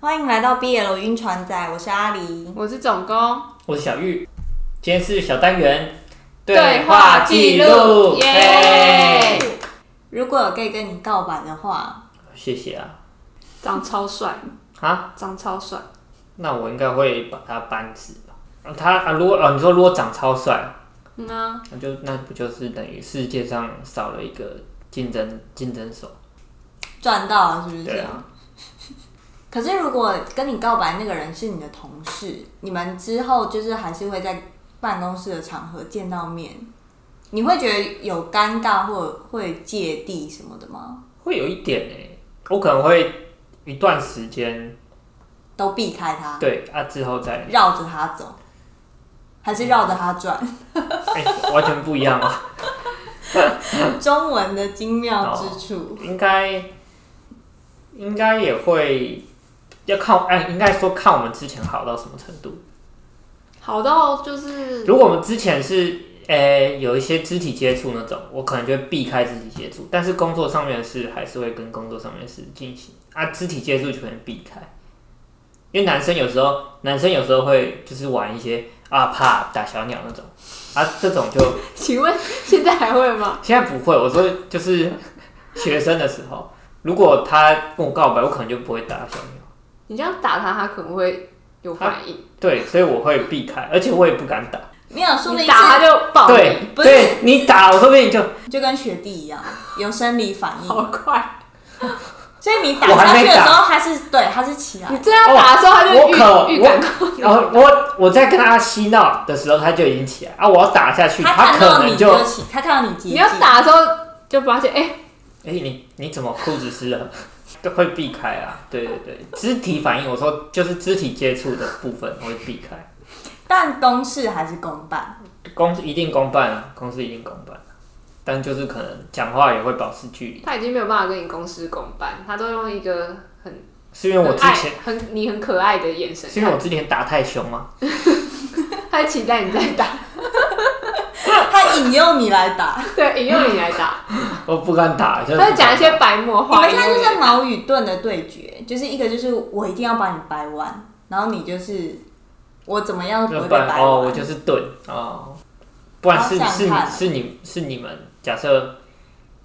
欢迎来到 BL 晕船仔，我是阿狸。我是总工，我是小玉，今天是小单元耶哎耶！！如果有 gay 跟你告白的话，谢谢啊长超帅，啊，长超帅，那我应该会把他扳直吧？啊他啊，如果啊，你说如果长超帅，嗯啊，那就那不就是等于世界上少了一个竞争竞争手？赚到了是不是这对样？啊， 可是如果跟你告白那个人是你的同事，你们之后就是还是会在办公室的场合见到面，你会觉得有尴尬或会芥蒂什么的吗？会有一点诶、我可能会一段时间都避开他，对啊，之后再绕着他走，还是绕着他转？ 哎、完全不一样啊，中文的精妙之处，应该应该也会要看哎、应该说看我们之前好到什么程度。好到就是 如果我们之前是诶、有一些肢体接触那种，我可能就会避开肢体接触，但是工作上面的事还是会跟工作上面的事进行啊，肢体接触就可能避开，因为男生有时候男生有时候会就是玩一些啊啪打小鸟那种啊，这种就请问现在还会吗？现在不会，我说就是学生的时候，如果他跟我告白，我可能就不会打小鸟，你这样打他，他可能会有反应，对，所以我会避开，而且我也不敢打，没有，说不你定打他是就爆对你，不是对，你打我说不定就就跟学弟一样有生理反应，好快！所以你打我下还去没的时打候，他是对，他是起来你。这样打的时候，他我可就预预感到你然后我我在跟他嬉闹的时候，他就已经起来啊！我要打下去，他他看可到你能就哎、起，他看到你接 你要近打的时候就发现，哎，你你怎么裤子湿了？ 都会避开啊！对对对，肢体反应，我说就是肢体接触的部分我会避开。但公事还是公办，公司一定公办啊，公司一定公办、啊，但就是可能讲话也会保持距离，他已经没有办法跟你公事公办，他都用一个很是因为我很之爱前很你很可爱的眼神是因为我之前打太凶吗？看，他期待你在打，他引诱你来打。对，引诱你来打， 我不敢打，就是他就讲一些白目你话，们现在引就诱是你来打矛与盾的对决，就是一个就是我一定要把你掰弯，然后你就是我怎么样都不就会不被然掰哦，我弯。就是盾哦，不然是好是想看啊是你是你们假设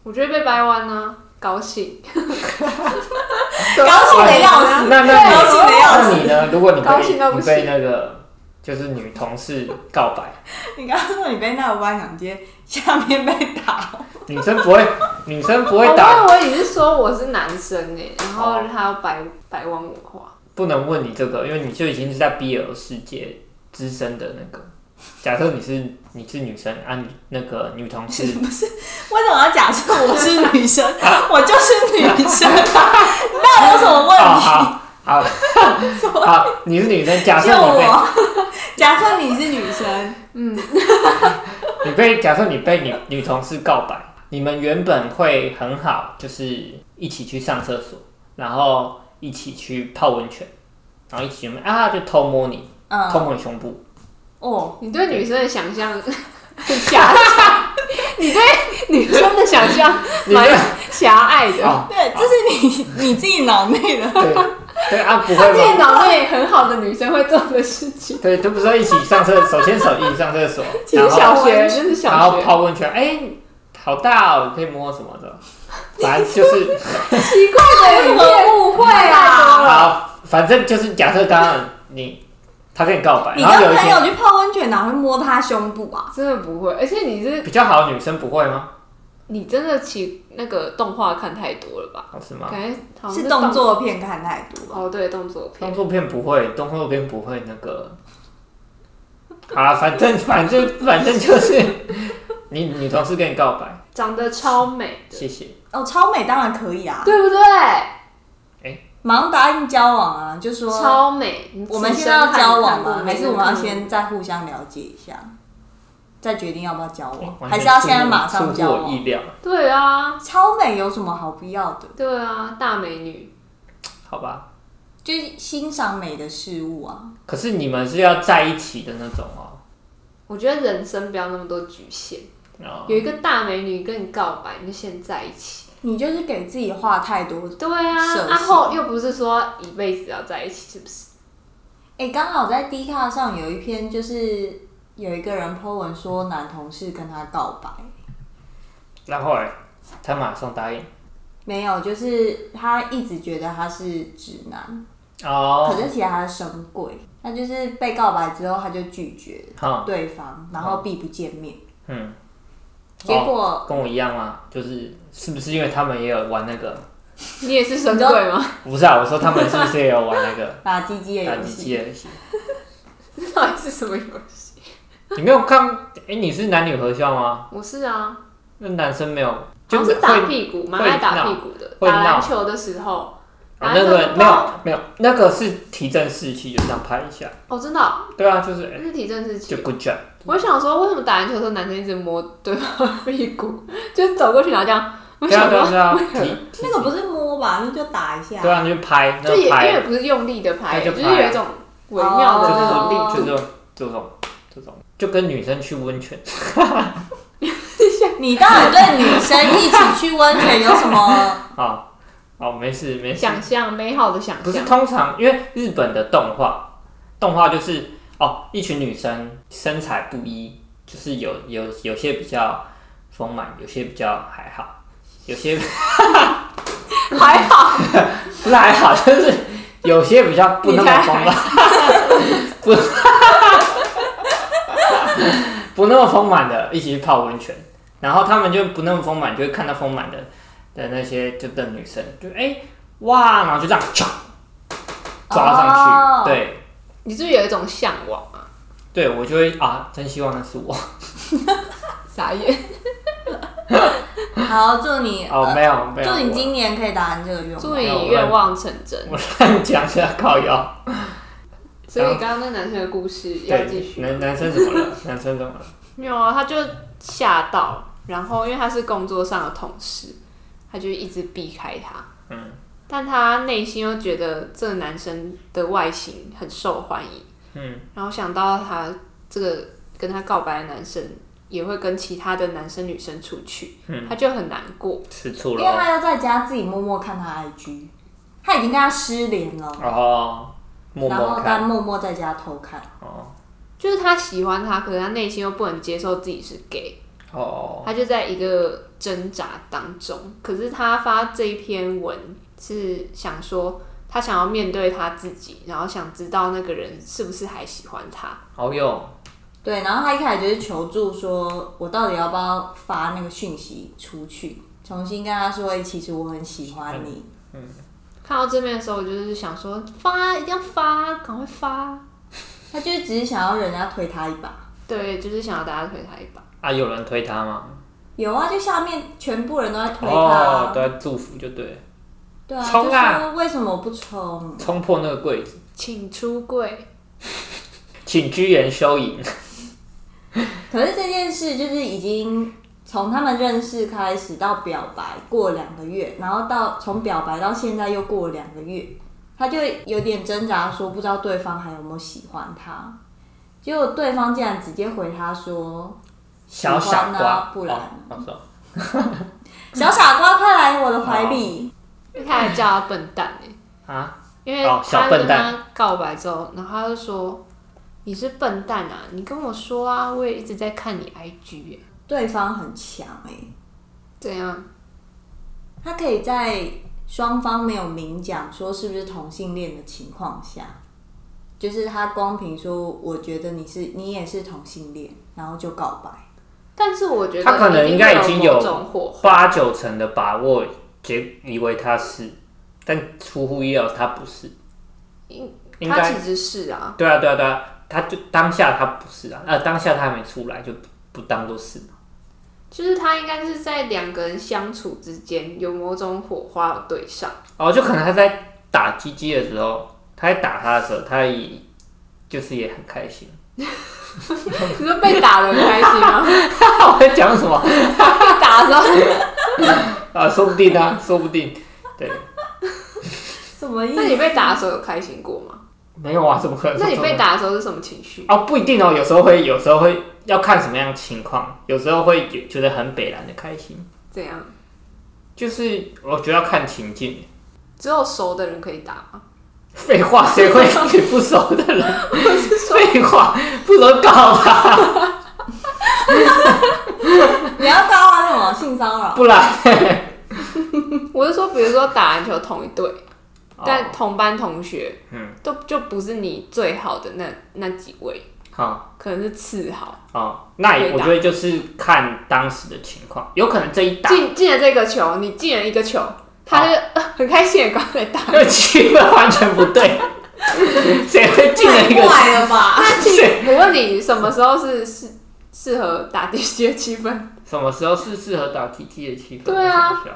我觉得被掰弯呢，高兴， 高兴的要死，那对那你高兴的要那死。你呢？如果你高兴到被不你行被那个就是女同事告白， 你刚刚说你被那个弯港街下面被 打，女生不会，女生不会打，哦我以为你是说我是男生哎，然后哦他要白白弯我话，不能问你这个，因为你就已经是在 BL 世界资深的那个。假设你是你是女生啊，你那个女同事，为什么要假设我是女生？我就是女生 啊，那有什么哦问题？好好 好，你是女生，假设就你被我， 假设你是女生，嗯， 你被假设你被女女同事告白，你们原本会很好，就是一起去上厕所，然后一起去泡温泉，然后一起啊就偷摸你，偷嗯，摸你胸部，哦，你对女生的想象很 狭隘，你对女生的想象你蛮对狭隘的。啊对，这是你你自己脑内 的。对对啊不她会自吧？己脑内很好的女生会做的事 情，对，就不是说一起上厕，手牵手一起上厕所， 其然实后小学就是小然后学，泡温泉，哎、好大哦，可以摸什么的，反正 就是奇怪的有里什面么误会啊好，反正就是假设刚刚你他跟你告白，你然后有跟一朋天友去泡温泉，哪会摸他胸部啊？真的不会，而且你是比较好的女生不会吗？你真的起那个动画看太多了吧？哦是吗？感觉好像是动作片看太多啊吧？哦，对动作动片，作片不会，动作片不会那个。啊，反正反正反正就是你女同事跟你告白，长得超美的，谢谢。哦，超美当然可以啊，对不对？马上答应交往啊，就说超美。你我们此现生在要交往看过吗？没还是我们要看过先再互相了解一下，再决定要不要交往，完全还是要现在马上哦出乎交我往？意料，对啊，超美有什么好不要的？对啊，大美女，好吧？就是欣赏美的事物啊。可是你们是要在一起的那种哦。我觉得人生不要那么多局限，哦有一个大美女跟你告白，你就先在一起，你就是给自己画太多。对啊，社然死后又不是说一辈子要在一起，是不是？哎、刚好在 D 卡上有一篇，就是有一个人 po 文说男同事跟他告白，那后来他马上答应没有，就是他一直觉得他是直男，可哦，是其实他是神鬼，他就是被告白之后他就拒绝好，对方，然后避不见面，哦嗯，结果跟我一样啊，就是是不是因为他们也有玩那个？你也是神鬼 吗？不是啊，我说他们是不是也有玩那 个打鸡鸡的打游机戏，器的游戏？这到底是什么游戏？你没有看？哎、你是男女合校吗？ 我是啊，那男生没有，好就像是会打屁股，蛮爱打屁股的。会闹打篮球的时候，打啊，那篮球个不没到有没有，那个是提振士气，就这样拍一下。哦，真的哦，对啊，就是哎日体真是就奇。 good job，我想说，为什么打篮球的时候男生一直摸对方的屁股， 就走过去然后这样？我对啊想对啊说，对啊，提提那个不是摸吧，那就打一下。对啊，你就拍，那 就也就因为拍，不是用力的拍，那就就拍是有一种微妙的就是那说种力哦就度是。说这种这种，就跟女生去温泉，你到底对女生一起去温泉有什 么？啊哦，没事没事，想象美好的想不是象，通常因为日本的动画，动画就是哦，一群女生身材不一，就是有有有些比较丰满，有些比较还好，有些 还好不是还好，就是有些比较不那么丰满，不不那么丰满的，一起去泡温泉，然后他们就不那么丰满，就会看到丰满的的那些就的女生，就哎、哇，然后就这样唰抓上去，哦对 你是不是有一种向往啊？对，我就会啊，真希望那是我傻眼，好，祝你哦，没有没有，祝你我今年可以达成这个愿望。祝你愿望成真。我乱讲是要靠腰，所以刚刚那男生的故事要继对，续。男男生怎么了？男生怎么了？没有啊，他就吓到，然后因为他是工作上的同事，他就一直避开他。嗯，但他内心又觉得这个男生的外形很受欢迎，嗯，然后想到他这个跟他告白的男生也会跟其他的男生女生出去，嗯他就很难过。吃醋因了为哦他又在家自己默默看他 IG，他已经跟他失联了，哦，默然默后他看默默在家偷看。哦。就是他喜欢他，可是他内心又不能接受自己是 gay，哦，他就在一个挣扎当中。可是他发这一篇文是想说，他想要面对他自己，然后想知道那个人是不是还喜欢他。好友，对，然后他一开始就是求助说，我到底要不要发那个讯息出去，重新跟他说，哎、其实我很喜欢你。看到这边的时候，我就是想说发，一定要发，赶快发。他就是只是想要人家推他一把。对，就是想要大家推他一把。啊，有人推他吗？有啊，就下面全部人都在推他啊、哦，都在祝福就对了，对啊，冲啊就说为什么不冲？冲破那个柜子，请出柜，请居延修营。可是这件事就是已经从他们认识开始到表白过两个月，然后到从表白到现在又过了两个月，他就有点挣扎，说不知道对方还有没有喜欢他。结果对方竟然直接回他说小傻喜欢瓜啊，不然哦哦是哦：“小傻瓜，快来我的怀里。因为他还叫他笨蛋哎、啊，因为哦他小跟笨他告白之后，然后他就说你是笨蛋啊，你跟我说啊，我也一直在看你 IG 哎、对方很强哎、怎样？他可以在双方没有明讲说是不是同性恋的情况下，就是他光凭说我觉得你是你也是同性恋，然后就告白。但是我觉得他可能一定应该已经有有某种火花，八九成的把握，结以为他是，但出乎意料他不是。应嗯应他该其实是啊，对啊，对啊，对啊，他就当下他不是啊，呃，当下他还没出来就不不当做是。就是他应该是在两个人相处之间有某种火花有对上。哦，就可能他在打鸡鸡的时候，他在打他的时候，他也就是也很开 心。 你说被打的开心吗？ 我在讲什么？被打的时候， 啊，说不定啊，说不定。对，什么意那你思？被打的时候有开心过 吗？没有啊，怎么可能？那你怎么被可能打的时候是什么情绪？哦，不一定哦，有时候会，有时候会要看什么样的情况，有时候会觉觉得很北然的开心，怎样？就是我觉得要看情境。只有熟的人可以打吗？ 废话，谁会给不熟的人？我是说，废话，不能搞吧？你要告他什么性骚扰？不然，我是说，比如说打篮球同一队，哦但同班同学，嗯，都就不是你最好的那那几位，好可能是次好。哦，那也对打我觉得就是看当时的情况，有可能这一打进进了这个球，你进了一个球，他就、呃很开心的赶快打。那气氛完全不 对，谁会进了太一个？怪了吧？ 那请谁 我问你，什么时候是适适合打地基的气氛？ 什么时候是适合打 TT 的气氛？对啊我想一下，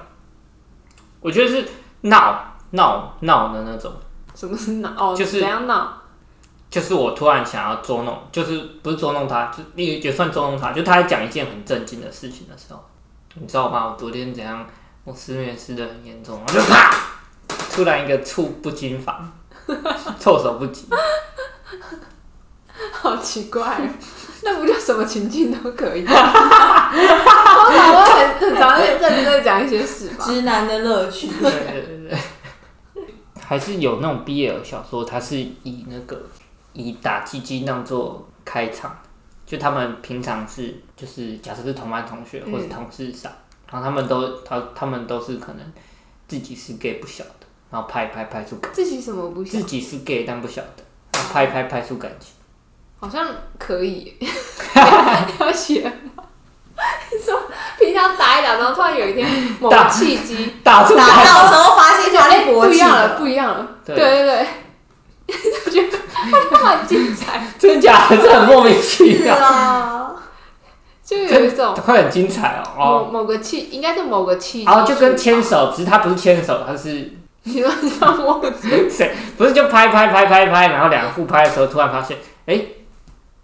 我觉得是闹闹闹的那种，什么是闹？哦，就是怎样闹？ 就是我突然想要捉弄，就是不是捉弄他，就也也算捉弄他，就他在讲一件很震惊的事情的时候，你知道吗？我昨天怎样，我失眠失的很严重，我就啪，突然一个猝不及防， 措手不及，好奇怪 哦，那不就什么情境都可以？通常会很很常会认真地讲一些事 吧。直男的乐趣。对对对 对，还是有那种 BL 小说，它是以那个以打鸡鸡当做开场，就他们平常是就是假设是同班同学嗯或是同事上，然后他们都他他们都是可能自己是 gay 不晓得，然后拍一拍拍出自己什么不行自？己是 gay 但不晓得，然后拍一拍拍出感情，好像可 以，要写吗？ 你说平常打一打，然后突然有一天某个打契机，打出打感到时候发现他在勃不一起样了，，不一样了，对对对对， 我觉得他很精彩，真假的，这很莫名其是 妙，啊，就有一种会很精彩哦。哦某某个契，应该是某个契机，然后就跟牵，手，只是他不是牵手，他是你说你知道 我谁不是就拍拍拍拍拍，然后两个互拍的时候，突然发现，哎、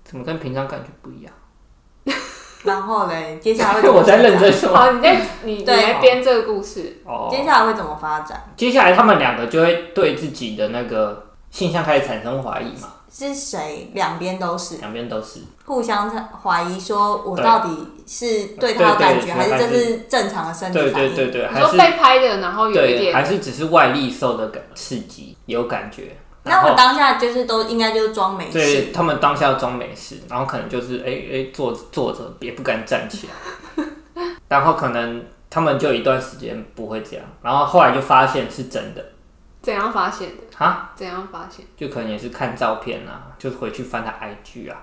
怎么跟平常感觉不一样？然后嘞，接下来会怎么 我在认真说。哦好，你在你你对来编这个故事，哦，接下来会怎么发展？接下来他们两个就会对自己的那个性向开始产生怀疑嘛，是谁？两边都是两边都是。互相怀疑，说我对到底是对他有感觉，还是这是正常的生理对反应？对对对，你还说是被拍的，然后有一对，点还是只是外力受的感刺激有感觉。然那我后当下就是都应该就是装没事，对他们当下装没事，然后可能就是哎哎、诶坐坐着也不敢站起来， 然后可能他们就一段时间不会这样，然后后来就发现是真的怎样发现的？啊，怎样发现？就可能也是看照片啊，就回去翻他 IG 啊，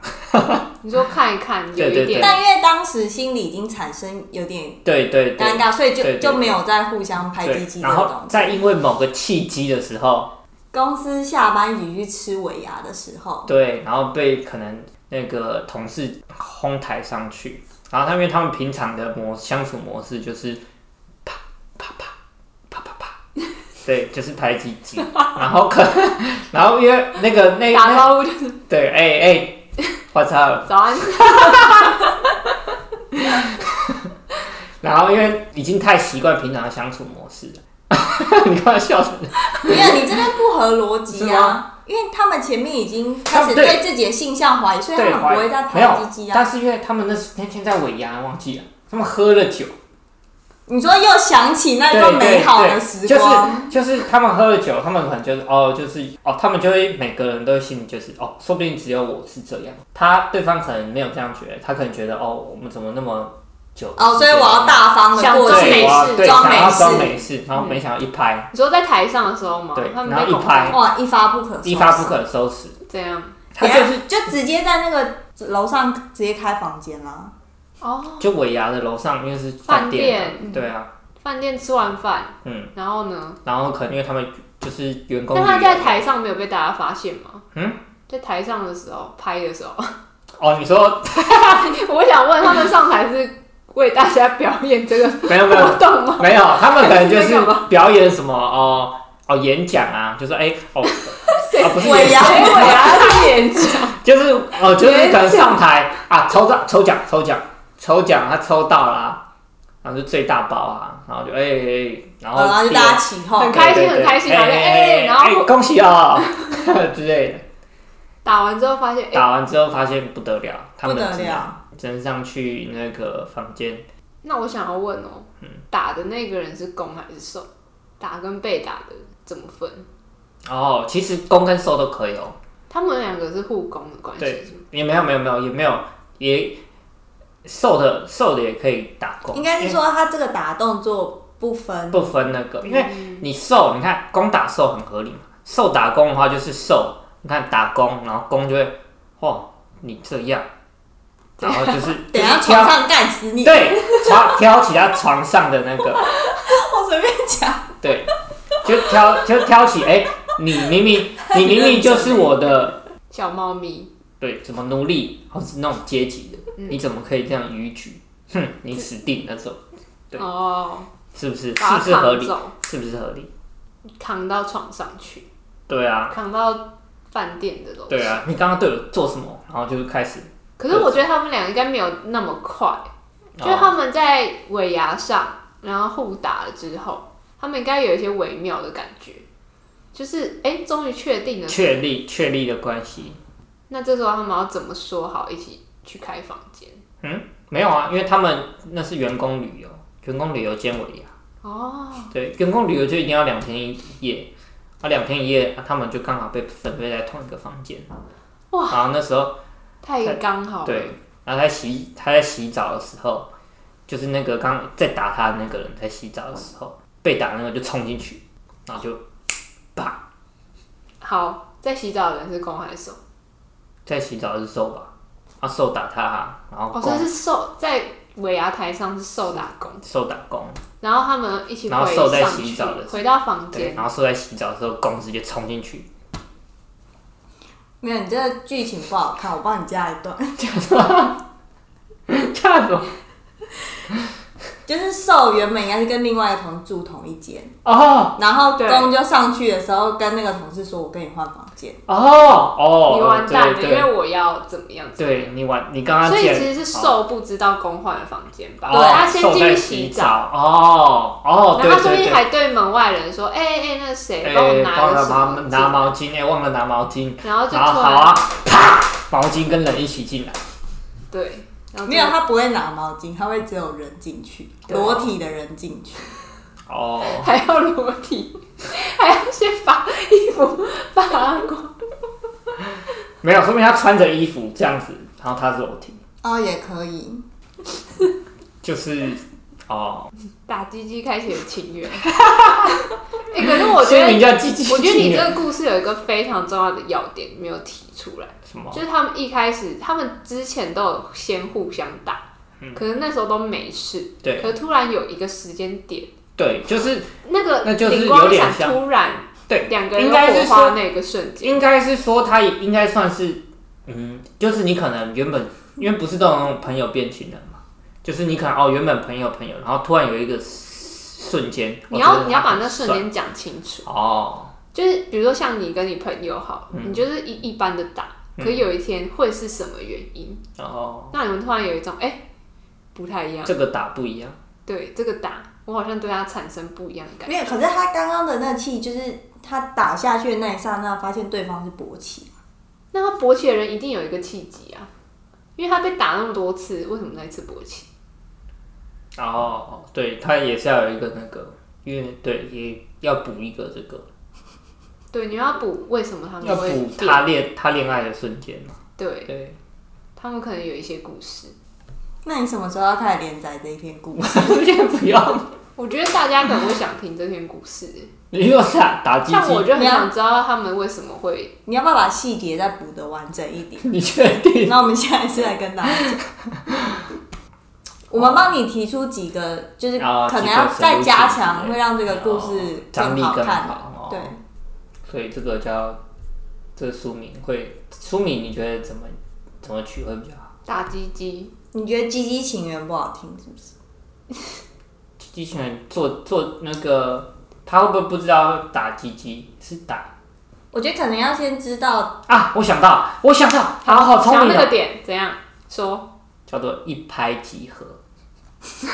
你说看一看，有对一对点对但因为当时心里已经产生有点对对对尴尬，所以就对对就没有再互相嗯拍鸡对，鸡这然个后东西。再因为某个契机的时候，公司下班一起去吃尾牙的时 候，对，然后被可能那个同事哄抬上去，然后他因为他们平常的模相处模式就是啪啪啪啪啪啪，对，就是拍鸡 鸡，然后可然后因为那个那打那招呼就是对哎哎，我操！早安， 然后因为已经太习惯平常的相处模式了， 你看笑什么？没有你这边不合逻辑是吗啊，因为他们前面已经开始他们对对自己的性向怀疑，所以他对，们怀不疑会再没拍有鸡，鸡啊但。是因为他们那时那天在尾牙忘记了，他们喝了酒。你说又想起那对个对美好对的时光，就是就是他们喝了酒，他们可能就是哦，就是哦，他们就会每个人都会心里就是哦，说不定只有我是这样，他对方可能没有这样觉得，他可能觉得哦，我们怎么那么久？哦，所以我要大方的想过装去，对，没我要事对，装想要没事装没事，然后没想到一拍你说在台上的时候嘛，对他们然后被一恐拍哇，一发不可收拾，一发不可收拾，怎样？他嗯等就下是就直接在那个楼上直接开房间啦。哦，就尾牙的楼上，因为是饭店店，嘛，对啊，饭店吃完饭，嗯，然后呢？然后可能因为他们就是员工那他旅游在台上没有被大家发现吗？啊嗯，在台上的时候拍的时候， 哦，你说我想问他们上台是为大家表演 这个没有没 有活动吗？没有，他们可能就还是是那个吗表演什么哦哦演讲啊，就是哎、 哦啊不是尾演牙讲，结尾啊，他演讲，就是哦就是可能上台啊抽到抽奖抽奖抽奖他抽到啦、然后就最大包啊，然后就哎、哎哎然哦后然呃后就大家起哄很，开心对对对很开心哎然后就哎然后哎恭喜哦 之类的。打完之后发现，哎、打完之后发现不得了，他不们得只能了只能上去那个房间，那我想要问哦、嗯打的那个人是攻还是受？打跟被打的怎么分？哦，其实攻跟受都可以哦。他们两个是互攻的关系对是吗，也没有没有没有也没有也受的受的也可以打攻，应该是说他这个打动作不分，不分那嗯个，因为你受，你看攻打受很合理嘛。受打攻的话就是受，你看打攻，然后攻就会，哦，你这样，然后就是等一下就是床挑上干死你，对挑挑起他床上的那个， 我随便讲，对，就挑就挑起，哎、你明明你明明就是我的，小猫咪对，什么奴隶或是那种阶级的，嗯你怎么可以这样逾矩？哼，你死定那种，对哦，是不是？是把不它是合扛理？走，是不是合理？扛到床上去，对啊，扛到饭店的楼对啊，你刚刚对我做什么？然后就开始。可是我觉得他们俩应该没有那么快，就哦是他们在尾牙上，然后互打了之后，他们应该有一些微妙的感觉，就是哎，终于确定了。确立确立的关系。那这时候他们要怎么说好一起去开房间？没有啊，因为他们那是员工旅游，员工旅游兼尾牙。哦，对，员工旅游就一定要两天一夜，啊，两天一夜、啊他们就刚好被分配在同一个房间。哇！然后那时候太刚好了。对，然后他洗他在洗澡的时候，就是那个刚在打他的那个人在洗澡的时候，被打那个就冲进去，然后就啪，好，在洗澡的人是公还是受？在洗澡的时候吧，啊，受打他、啊，然后哦，攻所以是受在尾牙台上是受打工，受打攻，然后他们一起然后回受在上洗去澡的时候回到房对，间。然后受在洗澡的时候攻直接冲 进去，没有，你这个剧情不好看，我帮你加一段。 吓死我！就是兽原本应该是跟另外一个同事住同一间，哦然后对公就上去的时候跟那个同事说：“我跟你换房间。哦哦，你完蛋了，对因对为我要怎么样？怎么样对你完，你刚刚所以见其实是受不知道公换了房间吧？哦对，他先受进去在洗洗，澡哦哦，然对后他说不对定对，还对门外人说：“哎哎，那谁帮我哎，拿忘了了什么拿东西？”拿毛巾，哎，忘了拿毛巾，然后就突然后好啊然，毛巾跟人一起进来，对，”然后没有，他不会拿毛巾，他会只有人进去，对啊裸体的人进去。哦，还要裸体， 还要先把衣服扒光。没有，说明他穿着衣服这样子，然后他是裸体，哦，也可以。就是哦，打鸡鸡开始有情缘。 哎、可是我觉所以得名，叫鸡鸡，我觉得你这个故事有一个非常重要的要点没有提出来，什么？就是他们一开始，他们之前都有先互相打，可是那时候都没事，嗯对可是突然有一个时间点，对，就是那个那就是灵光有一点闪，像突然对，两个人应该火是花说那个瞬间，应该是说他也应该算是，嗯，就是你可能原本因为不是都有那种朋友变情人嘛，就是你可能哦原本朋友朋友，然后突然有一个瞬间，你我觉要得你要把他那很瞬帅间讲清楚。哦，就是比如说像你跟你朋友好，嗯你就是一一般的打，可是有一天会是什么原因？然后那你们突然有一种哎、不太一样，这个打不一样，对这个打，我好像对他产生不一样的感觉。没有，可是他刚刚的那气，就是他打下去的那一刹那，发现对方是勃起。那他勃起的人一定有一个契机啊，因为他被打那么多次，为什么那一次勃起？然后对他也是要有一个那个，因为对也要补一个这个，对，你要补为什么他要们会补变？他恋他恋爱的瞬间嘛，对对，他们可能有一些故事。那你什么时候要开始连载这一篇故事？也不要，我觉得大家可能会想听这篇故事，你又打打鸡像我鸡，就很想知道他们为什么会你要不要把细节再补的完整一 点？你确定？那我们现在是来跟大家讲，我们帮你提出几个，就是啊可能要再加强，会让这个故哦事张力好更看。好。对哦，所以这个叫这个书名会书名，你觉得怎么怎么取会比较好？打鸡鸡，你觉得《鸡鸡情缘》不好听是不是？鸡鸡情人做做那个，他会不会不知道打鸡鸡是打我觉得可能要先知道，啊？我想到，我想到，好好聪想明那个哦，点怎样说？叫做一拍即合。 是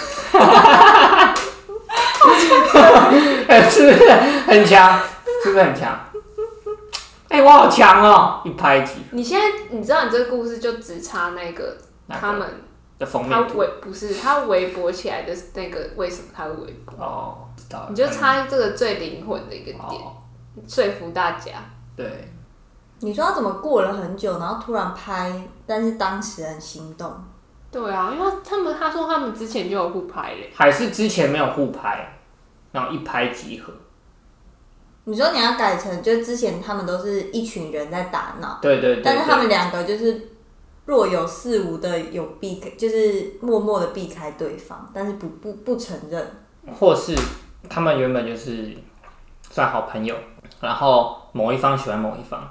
不是很强？是不是很强？哎、我好强哦！一拍即合。你现在你知道你这个故事就只差那个哪个他们的封他面图围不是他围脖起来的那个，为什么他会围脖？哦，知道了你就差这个最灵魂的一个点，哦，说服大家。对，你说他怎么过了很久，然后突然拍，但是当时很心动，对啊，因为他们他说他们之前就有互拍嘞，还是之前没有互拍，然后一拍即合，你说你要改成，就之前他们都是一群人在打闹，对对对但是他对们两个就是若有似无的有避开，就是默默的避开对方，但是不不不承认。或是他们原本就是算好朋友，然后某一方喜欢某一方，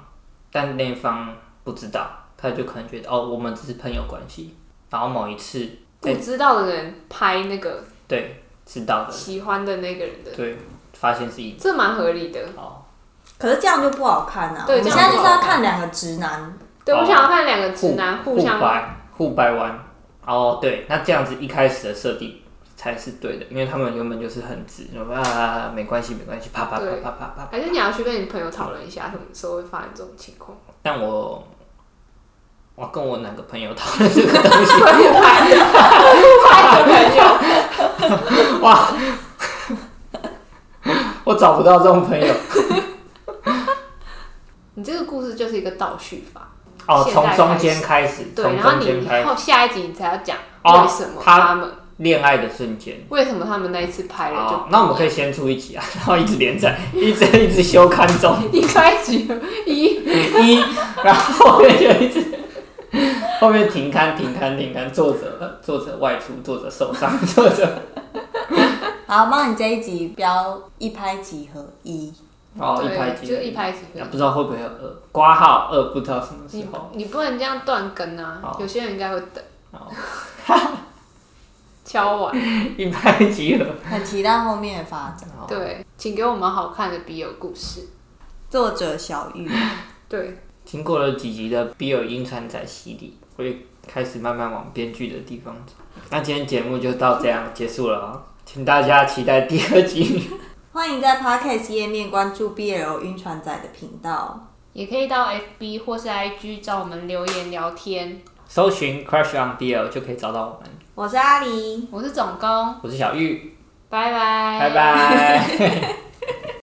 但另一方不知道，他就可能觉得哦，我们只是朋友关系。然后某一次，不知道的人拍那个对，知道的，喜欢的那个人的，对，发现是一这蛮合理的。哦，可是这样就不好看啊！对我们这现样在不就好是要看看两个直男，对，哦我想要看两个直互男互互相掰互掰弯。哦，对，那这样子一开始的设定才是对的，因为他们原本就是很直，然后啊，没关系，没关系，啪啪啪对啪啪啪。还是你要去跟你朋友讨论一下，什么时候会发生这种情况？但我我跟我哪个朋友讨论这个东西？快拍，快的朋友， 我找不到这种朋友。你这个故事就是一个倒叙法， 哦，现从代中开间开始，对，从然后中你间你开始后下一集你才要讲哦为什么他他们恋爱的瞬间。为什么他们那一次拍了就哦，那我们可以先出一 集啊，然后一直连载，一直一直休刊中一开集一一，然后后面就一直后面停刊停刊停刊，作者作者外出，作者受伤， 作者好，帮你这一集标一拍即合一。哦一拍对，即就合一拍集。啊不知道会不会有二挂号二，不知道什么时你候。你不能这样断更啊好！有些人应该会等好，敲完。哦 一拍即合。很期待后面的发展。好对，请给我们好看的笔友故事。作者小玉，对，经过了几集的比尔英传仔洗礼，我也开始慢慢往编剧的地方走。那今天节目就到这样结束了哦，请大家期待第二集。欢迎在 Podcast 页面关注 BL 晕船仔的频道。也可以到 FB 或是 IG 找我们留言聊天。搜寻 Crush on BL 就可以找到我们。我是阿狸。我是总工，我是小玉，拜拜，拜。拜。